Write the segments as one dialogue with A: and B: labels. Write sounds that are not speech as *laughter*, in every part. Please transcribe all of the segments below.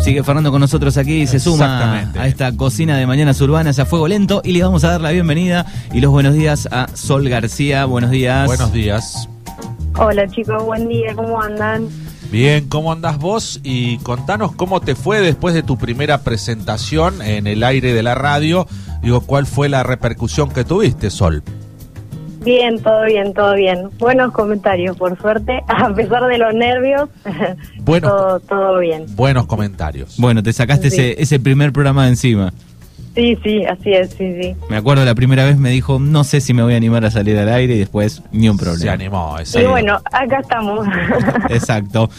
A: Sigue Fernando con nosotros aquí y se suma
B: Exactamente.
A: a esta cocina de Mañanas Urbanas a Fuego Lento y le vamos a dar la bienvenida y los buenos días a Sol García. Buenos días.
B: Buenos días.
C: Hola chicos, buen día, ¿cómo andan?
B: Bien, ¿cómo andás vos? Y contanos cómo te fue después de tu primera presentación en el aire de la radio. Digo, ¿cuál fue la repercusión que tuviste, Sol?
C: Bien, todo bien, todo bien. Buenos comentarios, por suerte, *laughs* a pesar de los nervios, *laughs*
B: Buenos,
C: todo, todo bien.
B: buenos comentarios.
A: Bueno, te sacaste
C: Sí.
A: ese, ese primer programa de encima.
C: Sí, sí, así es, sí, sí.
A: Me acuerdo la primera vez me dijo, no sé si me voy a animar a salir al aire y después ni un
B: Se
A: problema.
B: animó.
C: Y
B: exacto.
C: bueno, acá estamos.
A: *laughs*
C: *laughs*
A: Exacto.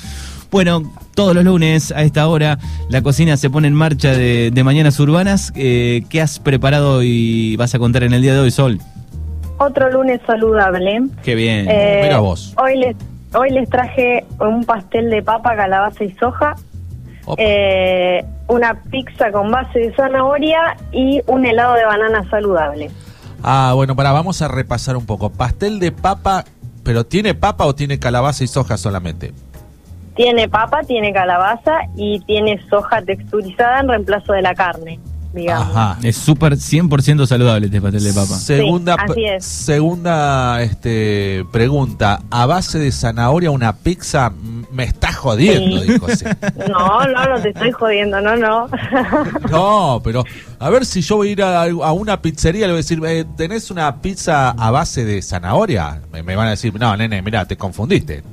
A: Bueno, todos los lunes a esta hora la cocina se pone en marcha de, de Mañanas Urbanas. Eh, ¿Qué has preparado y vas a contar en el día de hoy, Sol?
C: Otro lunes saludable.
A: Qué bien.
C: Eh,
B: mira vos.
C: Hoy les, hoy les traje un pastel de papa, calabaza y soja,
B: Opa.
C: eh, una pizza con base de zanahoria y un helado de banana saludable.
B: Ah, bueno, para vamos a repasar un poco. Pastel de papa, pero ¿tiene papa o tiene calabaza y soja solamente?
C: Tiene papa, tiene calabaza y tiene soja texturizada en reemplazo de la carne, digamos.
B: Ajá.
A: Es súper 100% saludable este pastel de papa.
B: Segunda,
C: así
B: pre-
C: es.
B: segunda este, pregunta. A base de zanahoria una pizza, M- me está jodiendo,
C: Sí.
B: dijo
C: *laughs*
B: así.
C: No, no, no te estoy jodiendo, no, no.
B: No, pero a ver si yo voy a ir a, a una pizzería y le voy a decir, eh, ¿tenés una pizza a base de zanahoria? Me, me van a decir, no, nene, mira, te confundiste.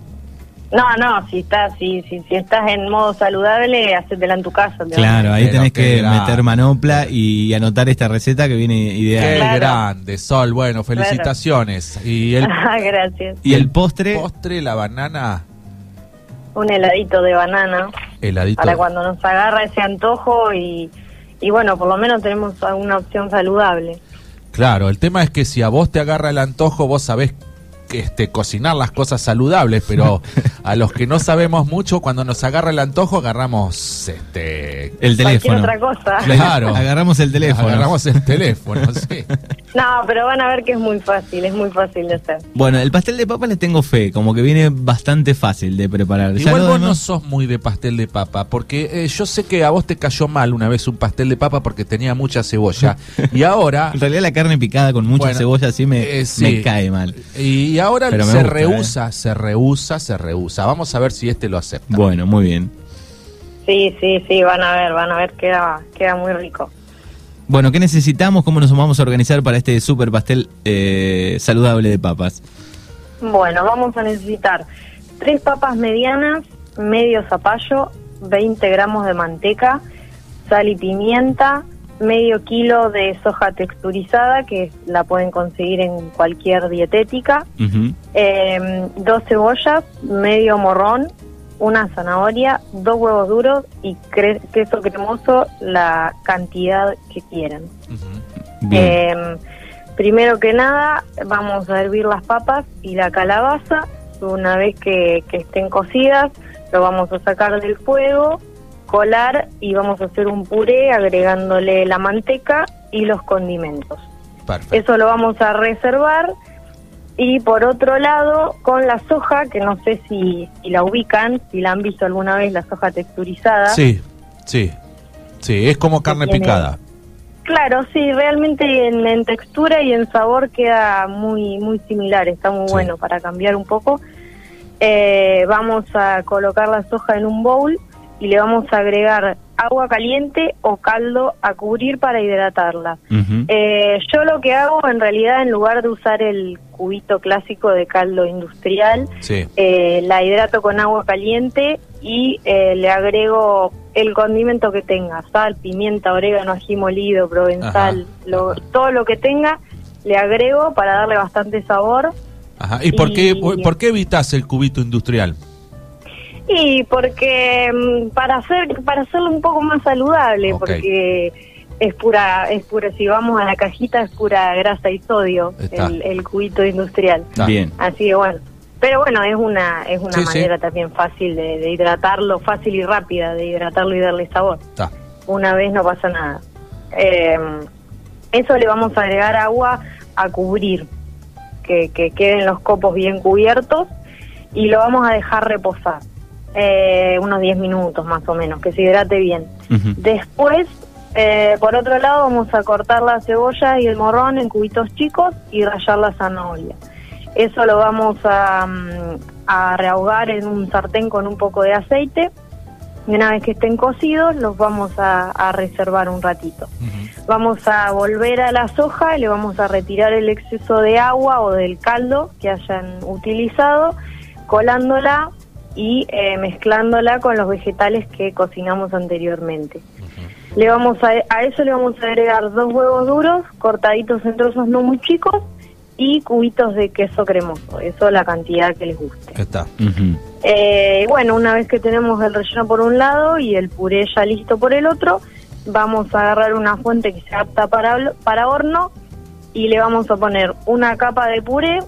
C: No, no, si estás, si, si, si estás en modo saludable, hacétela en tu casa. te
A: Claro, ahí
B: Pero
A: tenés
B: qué
A: que
B: grande.
A: meter manopla y anotar esta receta que viene
B: Qué
A: ideal.
C: Claro.
B: grande, Sol. Bueno, felicitaciones. Y el
C: vas. Ah, *laughs* Gracias.
A: Y el postre,
B: postre, la banana,
C: Un heladito de banana
B: heladito.
C: para cuando nos agarra ese antojo y, y bueno, por lo menos tenemos alguna opción saludable.
B: Claro, el tema es que si a vos te agarra el antojo, vos sabés que, este, cocinar las cosas saludables, pero a los que no sabemos mucho, cuando nos agarra el antojo, agarramos este.
A: el
C: Cualquier
A: teléfono.
C: otra cosa.
B: Claro.
A: Agarramos el teléfono.
B: Agarramos el teléfono, sí.
C: No, pero van a ver que es muy fácil, es muy fácil de hacer.
A: Bueno, el pastel de papa le tengo fe, como que viene bastante fácil de preparar. Ya
B: Igual
A: lo
B: vos no
A: demás-
B: sos muy de pastel de papa, porque eh, yo sé que a vos te cayó mal una vez un pastel de papa porque tenía
A: *laughs*
B: mucha cebolla. Y ahora
A: En realidad la carne picada con mucha
B: Bueno,
A: cebolla así me,
B: eh, sí.
A: me cae mal.
B: y ahora
A: Pero me
B: se
A: gusta, ¿eh?
B: rehúsa, se rehúsa, se rehúsa. Vamos a ver si este lo acepta.
A: Bueno, muy bien.
C: Sí, sí, sí, van a ver, van a ver, queda, queda muy rico.
A: Bueno, ¿qué necesitamos? ¿Cómo nos vamos a organizar para este super pastel eh, saludable de papas?
C: Bueno, vamos a necesitar tres papas medianas, medio zapallo, 20 gramos de manteca, sal y pimienta, medio kilo de soja texturizada, que la pueden conseguir en cualquier dietética,
A: Ujú.
C: eh, dos cebollas, medio morrón, una zanahoria, dos huevos duros y cre- queso cremoso, la cantidad que quieran.
B: Ujú.
A: Bien.
C: Eh, primero que nada, vamos a hervir las papas y la calabaza. Una vez que, que estén cocidas, lo vamos a sacar del fuego, colar y vamos a hacer un puré agregándole la manteca y los condimentos.
B: Perfecto.
C: Eso lo vamos a reservar. Y por otro lado, con la soja, que no sé si, si la ubican, si la han visto alguna vez, la soja texturizada.
B: Sí, sí. Sí, es como carne
C: tiene-
B: picada.
C: Claro, sí, realmente en, en textura y en sabor queda muy muy similar, está muy
B: Sí.
C: bueno para cambiar un poco. Eh, vamos a colocar la soja en un bowl y le vamos a agregar agua caliente o caldo a cubrir para hidratarla.
A: Ujú.
C: Eh, yo lo que hago en realidad en lugar de usar el cubito clásico de caldo industrial,
B: Sí.
C: eh, la hidrato con agua caliente y eh, le agrego el condimento que tenga, sal, pimienta, orégano, ají molido, provenzal,
B: Ajá.
C: lo- todo lo que tenga, le agrego para darle bastante sabor.
B: Ajá. ¿Y, por qué
C: Y-
B: por, por qué evitas el cubito industrial?
C: Y porque mm, para hacer para hacerlo un poco más saludable,
B: Ok.
C: porque es pura, es pura, si vamos a la cajita es pura grasa y sodio,
B: Está.
C: el, el cubito industrial.
B: Está.
A: Bien.
C: Así que bueno. Pero bueno, es una es una
B: Sí, sí.
C: manera también fácil de, de hidratarlo, fácil y rápida de hidratarlo y darle sabor.
B: Está.
C: Una vez no pasa nada. Eh, eso le vamos a agregar agua a cubrir, que, que queden los copos bien cubiertos y lo vamos a dejar reposar. eh, unos 10 minutos más o menos, que se hidrate bien.
A: Ujú.
C: Después, eh, por otro lado, vamos a cortar la cebolla y el morrón en cubitos chicos y rallar la zanahoria. Eso lo vamos a, mm, a rehogar en un sartén con un poco de aceite. Y una vez que estén cocidos, los vamos a, a reservar un ratito. Vamos a volver a la soja y le vamos a retirar el exceso de agua o del caldo que hayan utilizado, colándola y eh, mezclándola con los vegetales que cocinamos anteriormente. Le vamos a, a eso le vamos a agregar dos huevos duros cortaditos en trozos no muy chicos y cubitos de queso cremoso, eso la cantidad que les guste.
B: Está.
A: Ujú.
C: Eh, bueno, una vez que tenemos el relleno por un lado y el puré ya listo por el otro, vamos a agarrar una fuente que sea apta para, hol- para horno y le vamos a poner una capa de puré,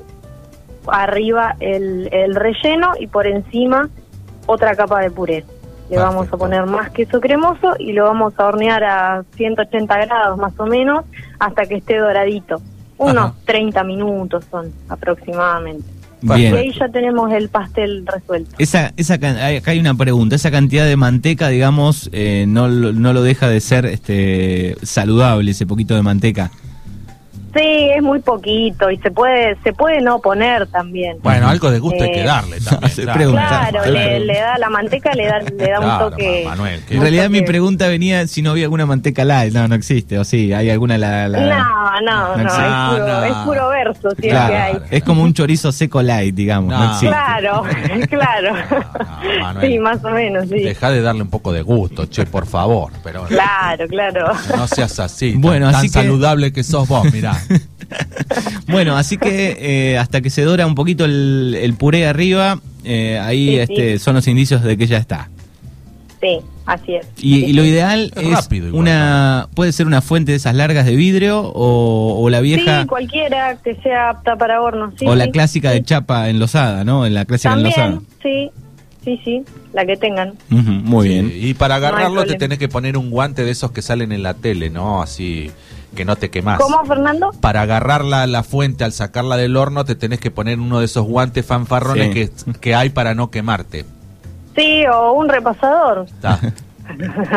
C: arriba el, el relleno y por encima otra capa de puré. Le vamos
B: Perfecto.
C: a poner más queso cremoso y lo vamos a hornear a 180 grados más o menos hasta que esté doradito. Unos
B: Ajá.
C: 30 minutos son aproximadamente. Y
A: Bien.
C: ahí ya tenemos el pastel resuelto.
A: Esa, esa, can- hay- acá hay una pregunta. Esa cantidad de manteca, digamos, eh, no, lo- no lo deja de ser este, saludable, ese poquito de manteca.
C: Sí, es muy poquito y se puede se puede no poner también.
B: Bueno, algo de gusto hay que
C: Eh,
B: darle
A: *laughs*
B: también.
A: hace pregunta.
C: claro, le, le da la manteca, le da, le da
B: Claro,
C: un toque.
B: Ma- Manuel, que-
A: En realidad mi
C: Porque-
A: pregunta venía si no había alguna manteca light. No, no existe. O sí, hay alguna la... la-
C: No, no, no,
A: Ah, No,
C: es, puro,
B: no.
C: es puro verso, si es
A: Claro,
C: que hay.
A: Es como un chorizo seco light, digamos. No,
B: No.
A: existe. *laughs*
C: Claro, *laughs* claro.
A: Ah,
B: No, no, Manuel.
C: sí, más o menos, sí.
B: Deja de darle un poco de gusto, che, por favor. Pero
C: Claro, claro.
B: no seas así. tan-
A: Bueno,
B: tan
A: así que-
B: saludable que sos vos, mirá.
A: Bueno, así que eh, hasta que se dora un poquito el, el puré arriba, eh, ahí
C: Sí,
A: este,
C: sí.
A: son los indicios de que ya está.
C: Sí, así es.
A: Y, y lo ideal
B: Es
A: es,
B: rápido igual,
A: una, puede ser una fuente de esas largas de vidrio o, o la vieja
C: Sí, cualquiera que sea apta para horno. Sí,
A: o la
C: sí.
A: clásica de chapa enlosada, ¿no? En la clásica enlosada.
C: También, sí, sí, sí, la que tengan.
A: Ujú, *laughs* muy bien.
B: Sí, Y para
C: No
B: agarrarlo
C: hay
B: te
C: problema.
B: tenés que poner un guante de esos que salen en la tele, ¿no? Así que no te quemás.
C: ¿Cómo, Fernando?
B: Para agarrar la, la fuente al sacarla del horno te tenés que poner uno de esos guantes fanfarrones
A: Sí.
B: que, que hay para no quemarte.
C: Sí, o un repasador.
A: *laughs*
B: Está.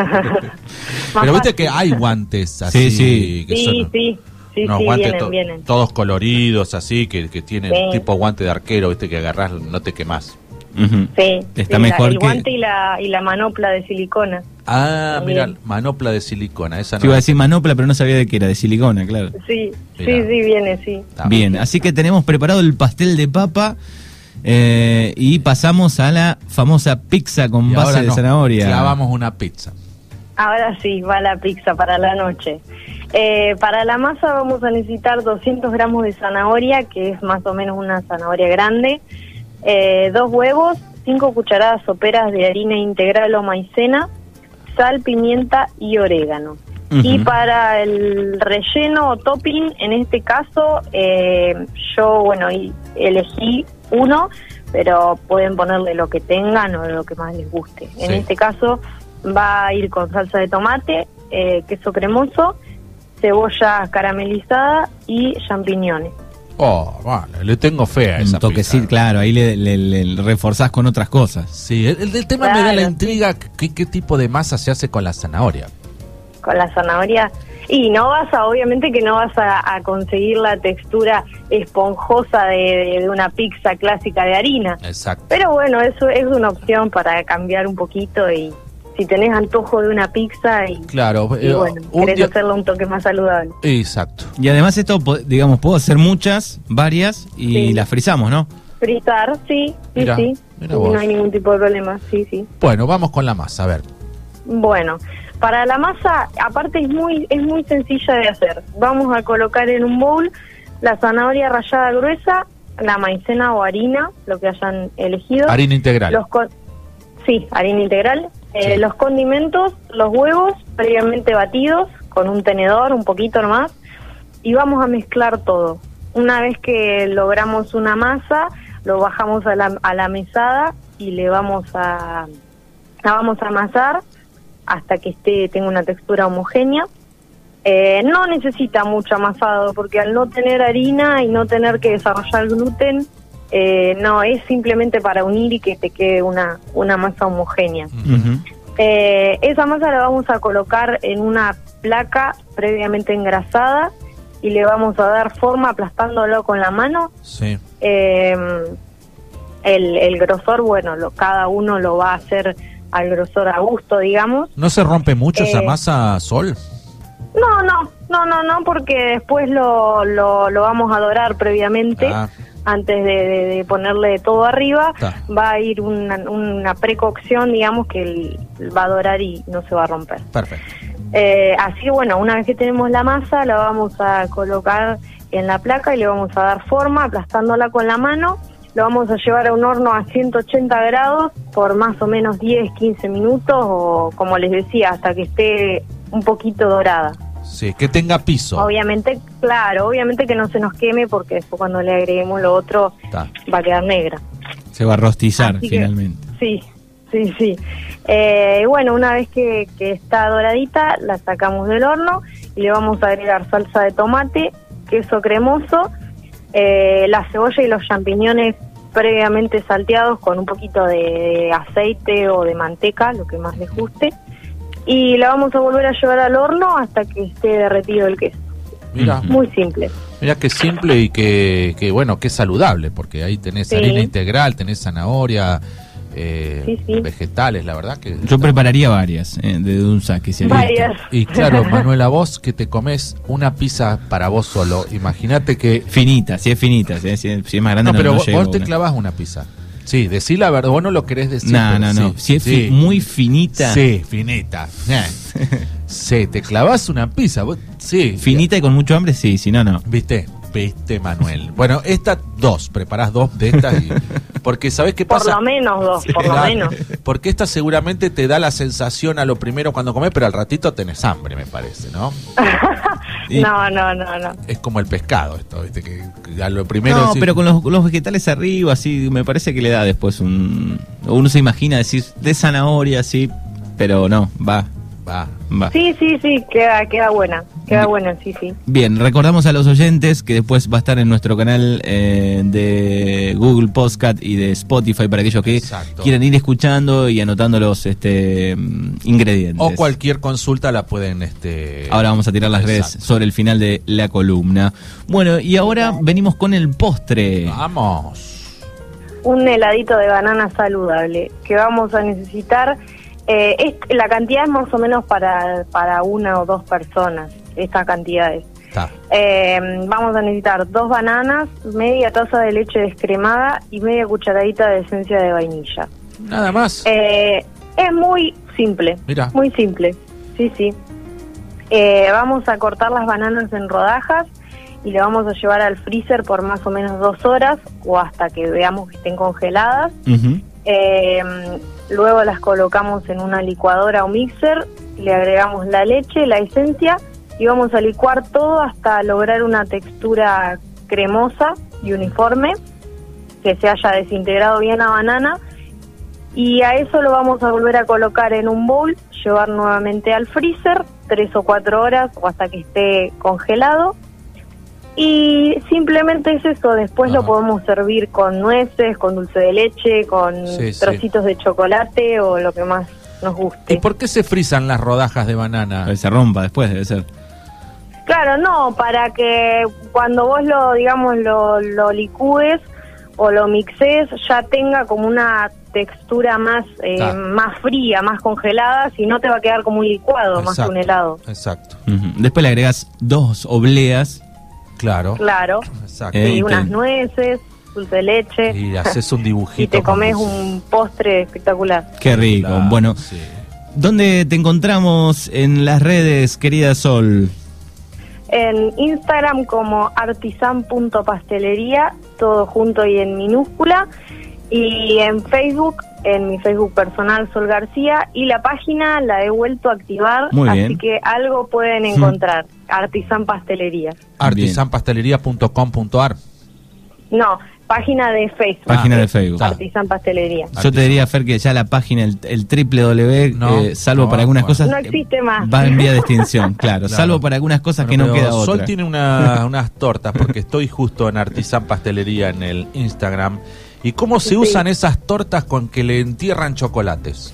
C: Más
B: Pero viste
C: fácil.
B: que hay guantes así.
A: sí.
B: que
C: Sí,
B: son-
C: sí, sí,
B: unos
C: sí,
B: guantes
C: vienen,
B: to-
C: vienen.
B: todos coloridos así, que, que tienen
C: Sí.
B: tipo guante de arquero, viste, que agarrás, no te quemás.
A: Ujú.
C: Sí,
A: Está
C: sí, la-
A: mejor
C: el
A: que-
C: guante y la, y la manopla de silicona.
B: Ah,
C: También.
B: mira, manopla de silicona, esa
A: Yo
B: no.
A: iba a decir manopla, pero no sabía de qué era, de silicona, claro.
C: Sí, sí,
B: Mirá.
C: sí, viene, sí.
B: Está
A: Bien, así que tenemos preparado el pastel de papa eh, y pasamos a la famosa pizza con
B: Y
A: base
B: ahora
A: de
B: no,
A: zanahoria.
B: Clavamos una pizza.
C: Ahora sí, va la pizza para la noche. Eh, para la masa vamos a necesitar 200 gramos de zanahoria, que es más o menos una zanahoria grande, eh, dos huevos, cinco cucharadas soperas de harina integral o maicena, sal, pimienta y orégano.
A: Ujú.
C: Y para el relleno o topping, en este caso, eh, yo, bueno, y- elegí uno, pero pueden ponerle lo que tengan o lo que más les guste. En
B: Sí.
C: este caso, va a ir con salsa de tomate, eh, queso cremoso, cebolla caramelizada y champiñones.
B: Oh, vale, le tengo fe a esa
A: Un toquecito,
B: pizza.
A: claro, ahí le, le- le reforzás con otras cosas.
B: Sí, el, el- el tema me da
C: Claro,
B: la
C: sí.
B: intriga, ¿qué, qué tipo de masa se hace con la zanahoria?
C: con la zanahoria. Y no vas a, obviamente que no vas a, a conseguir la textura esponjosa de, de- de una pizza clásica de harina.
B: Exacto.
C: Pero bueno, eso es una opción para cambiar un poquito y si tenés antojo de una pizza y,
B: Claro,
C: y
B: eh,
C: bueno,
B: un
C: querés
B: día-
C: hacerlo un toque más saludable.
B: Exacto.
A: Y además esto, po- digamos, puedo hacer muchas, varias, y
C: Sí.
A: las frizamos, ¿no?
C: Fritar, sí, sí,
B: Mirá,
C: sí.
B: mirá
C: Sí,
B: vos.
C: no hay ningún tipo de problema, sí, sí.
B: Bueno, vamos con la masa, a ver.
C: Bueno, para la masa, aparte es muy, es muy sencilla de hacer. Vamos a colocar en un bowl la zanahoria rallada gruesa, la maicena o harina, lo que hayan elegido.
B: Harina integral.
C: Los con- sí, harina integral. Eh,
B: Sí.
C: Los condimentos, los huevos previamente batidos con un tenedor, un poquito nomás, y vamos a mezclar todo. Una vez que logramos una masa, lo bajamos a la, a la mesada y le vamos a la vamos a amasar hasta que esté tenga una textura homogénea. Eh, no necesita mucho amasado porque al no tener harina y no tener que desarrollar gluten, Eh, no, es simplemente para unir y que te quede una, una masa homogénea.
A: Ujú.
C: Eh, esa masa la vamos a colocar en una placa previamente engrasada y le vamos a dar forma aplastándolo con la mano.
B: Sí.
C: Eh, el, el grosor, bueno, lo, cada uno lo va a hacer al grosor a gusto, digamos.
B: ¿No se rompe mucho esa
C: Eh,
B: masa, Sol?
C: No, no, no, no, no, porque después lo, lo, lo vamos a dorar previamente.
B: Ah,
C: Antes de, de- de ponerle todo arriba,
B: Ta.
C: va a ir una, una precocción, digamos, que el- va a dorar y no se va a romper.
B: perfecto.
C: Eh, así que bueno, una vez que tenemos la masa, la vamos a colocar en la placa y le vamos a dar forma aplastándola con la mano. Lo vamos a llevar a un horno a 180 grados por más o menos 10, 15 minutos o como les decía, hasta que esté un poquito dorada.
B: Sí, que tenga piso.
C: Obviamente, claro, obviamente que no se nos queme porque después cuando le agreguemos lo otro
B: Está.
C: va a quedar negra.
A: Se va a rostizar
C: Así que-
A: finalmente.
C: Sí, sí, sí. Eh, y bueno, una vez que, que está doradita, la sacamos del horno y le vamos a agregar salsa de tomate, queso cremoso, eh, la cebolla y los champiñones previamente salteados con un poquito de, de aceite o de manteca, lo que más les guste. Y la vamos a volver a llevar al horno hasta que esté derretido el queso.
B: Mira,
A: Mm.
C: Muy simple.
B: mira qué simple y que, que, bueno, qué saludable, porque ahí tenés
C: Sí.
B: harina integral, tenés zanahoria, eh,
C: Sí, sí.
B: vegetales, la verdad que...
A: Yo prepararía varias eh, de un saque. Si había.
C: Varias.
B: Y
C: *laughs*
B: claro, Manuela, vos que te comes una pizza para vos solo, imagínate que...
A: Finitas, si es finita, si es, si es más grande
B: No,
A: Ah, no,
B: pero
A: no
B: vos,
A: llego
B: vos te
A: una.
B: clavas una pizza. Sí, decí la verdad, vos no lo querés decir.
A: No,
B: pero
A: no,
B: sí,
A: no. Si es fi-
B: sí.
A: muy finita,
B: Sí, finita.
A: *laughs*
B: Eh. sí, te clavas una pizza. vos- sí.
A: finita y con mucho hambre, sí, si no, no.
B: Viste, viste, Manuel. Bueno, estas dos, preparás dos de estas. y- porque sabés qué
C: Por
B: pasa.
C: lo menos dos, por lo
B: Claro,
C: menos.
B: Porque esta seguramente te da la sensación a lo primero cuando comes, pero al ratito tenés hambre, me parece, ¿no?
A: Y-
C: No, no, no, no.
B: Es como el pescado esto, ¿viste? Que, que a lo primero.
A: no,
B: decís-
A: pero con los, los vegetales arriba, así, me parece que le da después un... Uno se imagina decir, de zanahoria, así, pero no, va,
B: Va.
A: va.
C: Sí, sí, sí, queda, queda buena, queda buena, sí, sí.
A: Bien, recordamos a los oyentes que después va a estar en nuestro canal eh, de Google Podcast y de Spotify para aquellos que
B: Exacto.
A: quieran ir escuchando y anotando los este, mm, ingredientes.
B: O cualquier consulta la pueden. este
A: Ahora vamos a tirar las redes
B: Exacto.
A: sobre el final de la columna. Bueno, y ahora venimos con el postre.
B: Ah. Vamos.
C: Un heladito de banana saludable que vamos a necesitar. eh, es- la cantidad es más o menos para, para una o dos personas, estas cantidades.
B: Está.
C: Eh, vamos a necesitar dos bananas, media taza de leche descremada y media cucharadita de esencia de vainilla.
B: Nada más.
C: Eh, es muy simple.
B: Mira.
C: Muy simple. Sí, sí. Eh, vamos a cortar las bananas en rodajas y le vamos a llevar al freezer por más o menos dos horas o hasta que veamos que estén congeladas.
A: Ujú.
C: Eh, luego las colocamos en una licuadora o mixer, le agregamos la leche, la esencia y vamos a licuar todo hasta lograr una textura cremosa y uniforme, que se haya desintegrado bien la banana. Y a eso lo vamos a volver a colocar en un bowl, llevar nuevamente al freezer, tres o cuatro horas o hasta que esté congelado. Y simplemente es eso, después
B: Ajá.
C: lo podemos servir con nueces, con dulce de leche, con
B: Sí, sí.
C: trocitos de chocolate o lo que más nos guste.
B: ¿Y por qué se frisan las rodajas de banana?
A: A ver, Se rompa después, debe ser.
C: Claro, no, para que cuando vos lo, digamos, lo, lo licúes o lo mixes, ya tenga como una textura más, eh,
B: Claro.
C: más fría, más congelada, si no te va a quedar como un licuado, más que un
B: Exacto,
C: helado.
B: Exacto.
A: Ujú. Después le agregas dos obleas.
B: Claro.
C: Claro,
B: Exacto.
A: Eh,
C: y unas
A: inten-
C: nueces, dulce de leche, *laughs*
B: Y haces un dibujito.
C: y te
B: con
C: comes
B: dulce.
C: un postre espectacular.
A: Qué rico.
B: Claro,
A: Bueno,
B: sí.
A: ¿dónde te encontramos en las redes, querida Sol?
C: En Instagram como artisan.pastelería, todo junto y en minúscula. Y en Facebook, en mi Facebook personal Sol García. Y la página la he vuelto a activar,
A: Muy
C: así
A: bien. Hmm.
C: que algo pueden encontrar. Artisan Pastelería.
B: Artesanpastelería.com.ar.
C: No, Página de Facebook.
A: Página de Facebook.
B: está.
C: Artisan
A: *laughs*
C: Pastelería.
A: Yo te diría, Fer, que ya la página, el, el triple W,
B: No,
A: eh, salvo
B: no,
A: para algunas
B: bueno.
A: cosas,
C: No existe más.
A: va en vía de
C: *laughs*
A: extinción, claro,
B: Claro.
A: Salvo para algunas cosas
B: Bueno,
A: que no
B: pero
A: queda otra.
B: Sol tiene
A: *laughs*
B: una- unas tortas, porque estoy justo en Artisan Pastelería en el Instagram. ¿Y cómo se
C: Sí.
B: usan esas tortas con que le entierran chocolates?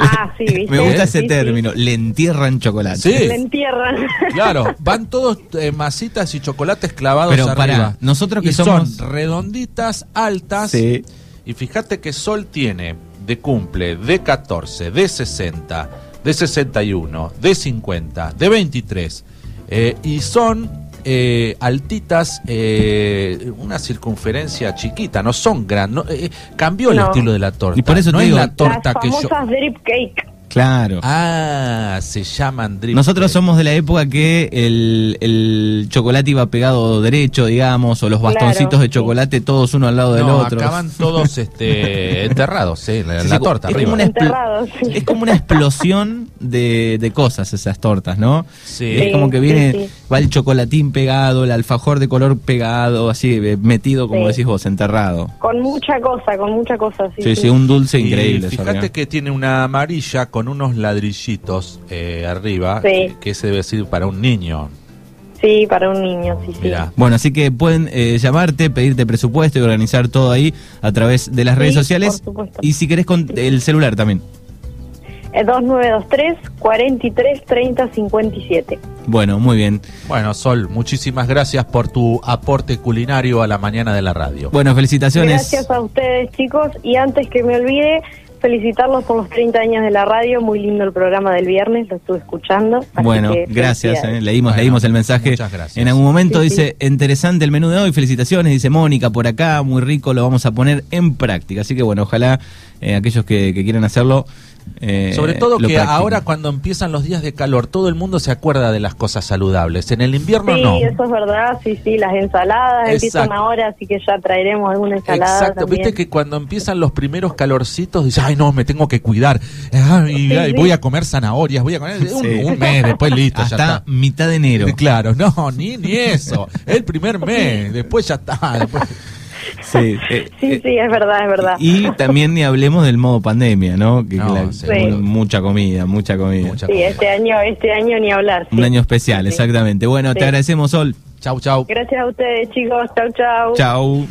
C: Ah, sí, ¿viste?
A: Me gusta ese
C: Sí, sí.
A: término, le entierran chocolate.
B: Sí.
C: La entierran.
B: Claro, van todos eh, masitas y chocolates clavados
A: Pero
B: arriba.
A: pará, nosotros que
B: Y
A: somos-
B: son redonditas, altas.
A: Sí.
B: Y fíjate que Sol tiene de cumple de 14, de 60, de 61, de 50, de 23. eh, y son eh, altitas, eh, una circunferencia chiquita, no son grandes. cambió el
C: No.
B: estilo de la torta.
A: Y por eso
B: no
A: te
B: es
A: digo-
B: la torta
C: Las
B: que yo.
C: famosas drip cake.
A: Claro.
B: Ah, se llaman drip
A: Nosotros
B: cake.
A: somos de la época que el, el chocolate iba pegado derecho, digamos, o los
C: Claro,
A: bastoncitos de
C: sí.
A: chocolate todos uno al lado del
B: No,
A: otro.
B: acaban todos
A: *laughs*
B: este, enterrados, sí, la,
A: Sí,
B: la
A: sí,
B: torta
A: es
B: arriba.
A: como una expl-
C: Enterrados, sí.
A: Es como una explosión de, de cosas esas tortas, ¿no?
B: Sí.
A: este, Es como que
C: Sí,
A: viene,
C: sí, sí.
A: va el chocolatín pegado, el alfajor de color pegado, así, eh, metido, como
C: Sí.
A: decís vos, enterrado.
C: Con mucha cosa, con mucha cosa. Sí,
A: Sí, sí, un dulce
B: Y
A: increíble.
B: Fíjate
A: Soraya.
B: que tiene una amarilla con unos ladrillitos eh, arriba,
C: Sí.
B: eh, que ese debe ser para un niño.
C: Sí, para un niño, sí, sí.
B: Mirá.
A: Bueno, así que pueden eh, llamarte, pedirte presupuesto y organizar todo ahí a través de las
C: Sí,
A: redes sociales.
C: por supuesto.
A: Y si querés, con el celular también.
C: Eh, 2923 43 30 57.
A: Bueno, muy bien.
B: Bueno, Sol, muchísimas gracias por tu aporte culinario a la mañana de la radio.
A: Bueno, felicitaciones.
C: Gracias a ustedes, chicos. Y antes que me olvide, felicitarlos por los 30 años de la radio. Muy lindo el programa del viernes, lo estuve escuchando. así
A: Bueno,
C: que
A: gracias.
C: felicidades.
A: eh, Leímos,
B: Bueno,
A: leímos el mensaje.
B: muchas gracias.
A: En algún momento
C: Sí,
A: dice, interesante el menú de hoy, felicitaciones. Dice Mónica, por acá, muy rico, lo vamos a poner en práctica. Así que bueno, ojalá eh, aquellos que, que quieran hacerlo. eh,
B: Sobre todo
A: lo
B: que
A: practiquen.
B: ahora cuando empiezan los días de calor, todo el mundo se acuerda de las cosas saludables. En el invierno
C: Sí,
B: no.
C: eso es verdad, sí, sí, las ensaladas empiezan
B: Exacto.
C: ahora, así que ya traeremos alguna ensalada
B: Exacto,
C: también.
B: viste que cuando empiezan los primeros calorcitos dices, ay no, me tengo que cuidar, Ah, Ay,
C: Sí,
B: ay,
C: sí.
B: voy a comer zanahorias, voy
A: *laughs*
B: a comer un,
A: Sí. Ah,
B: un mes, después listo, ya
A: Hasta
B: está.
A: mitad de enero.
B: *laughs* Claro, no, ni, ni eso. El primer mes, después ya está. después-
A: *laughs* Sí, eh,
C: Sí,
A: eh,
C: sí, es verdad, es verdad.
A: Y también ni hablemos del modo pandemia, ¿no? Que, que
B: No,
A: la-
B: seguro.
A: Mucha comida, mucha comida.
B: Mucha
C: Sí, este año, este año ni hablar. sí.
A: Un año especial,
C: Sí.
A: exactamente. Bueno, te
C: Sí.
A: agradecemos, Sol.
B: Chau, chau.
C: Gracias a ustedes, chicos. Chau, chau.
A: Chau.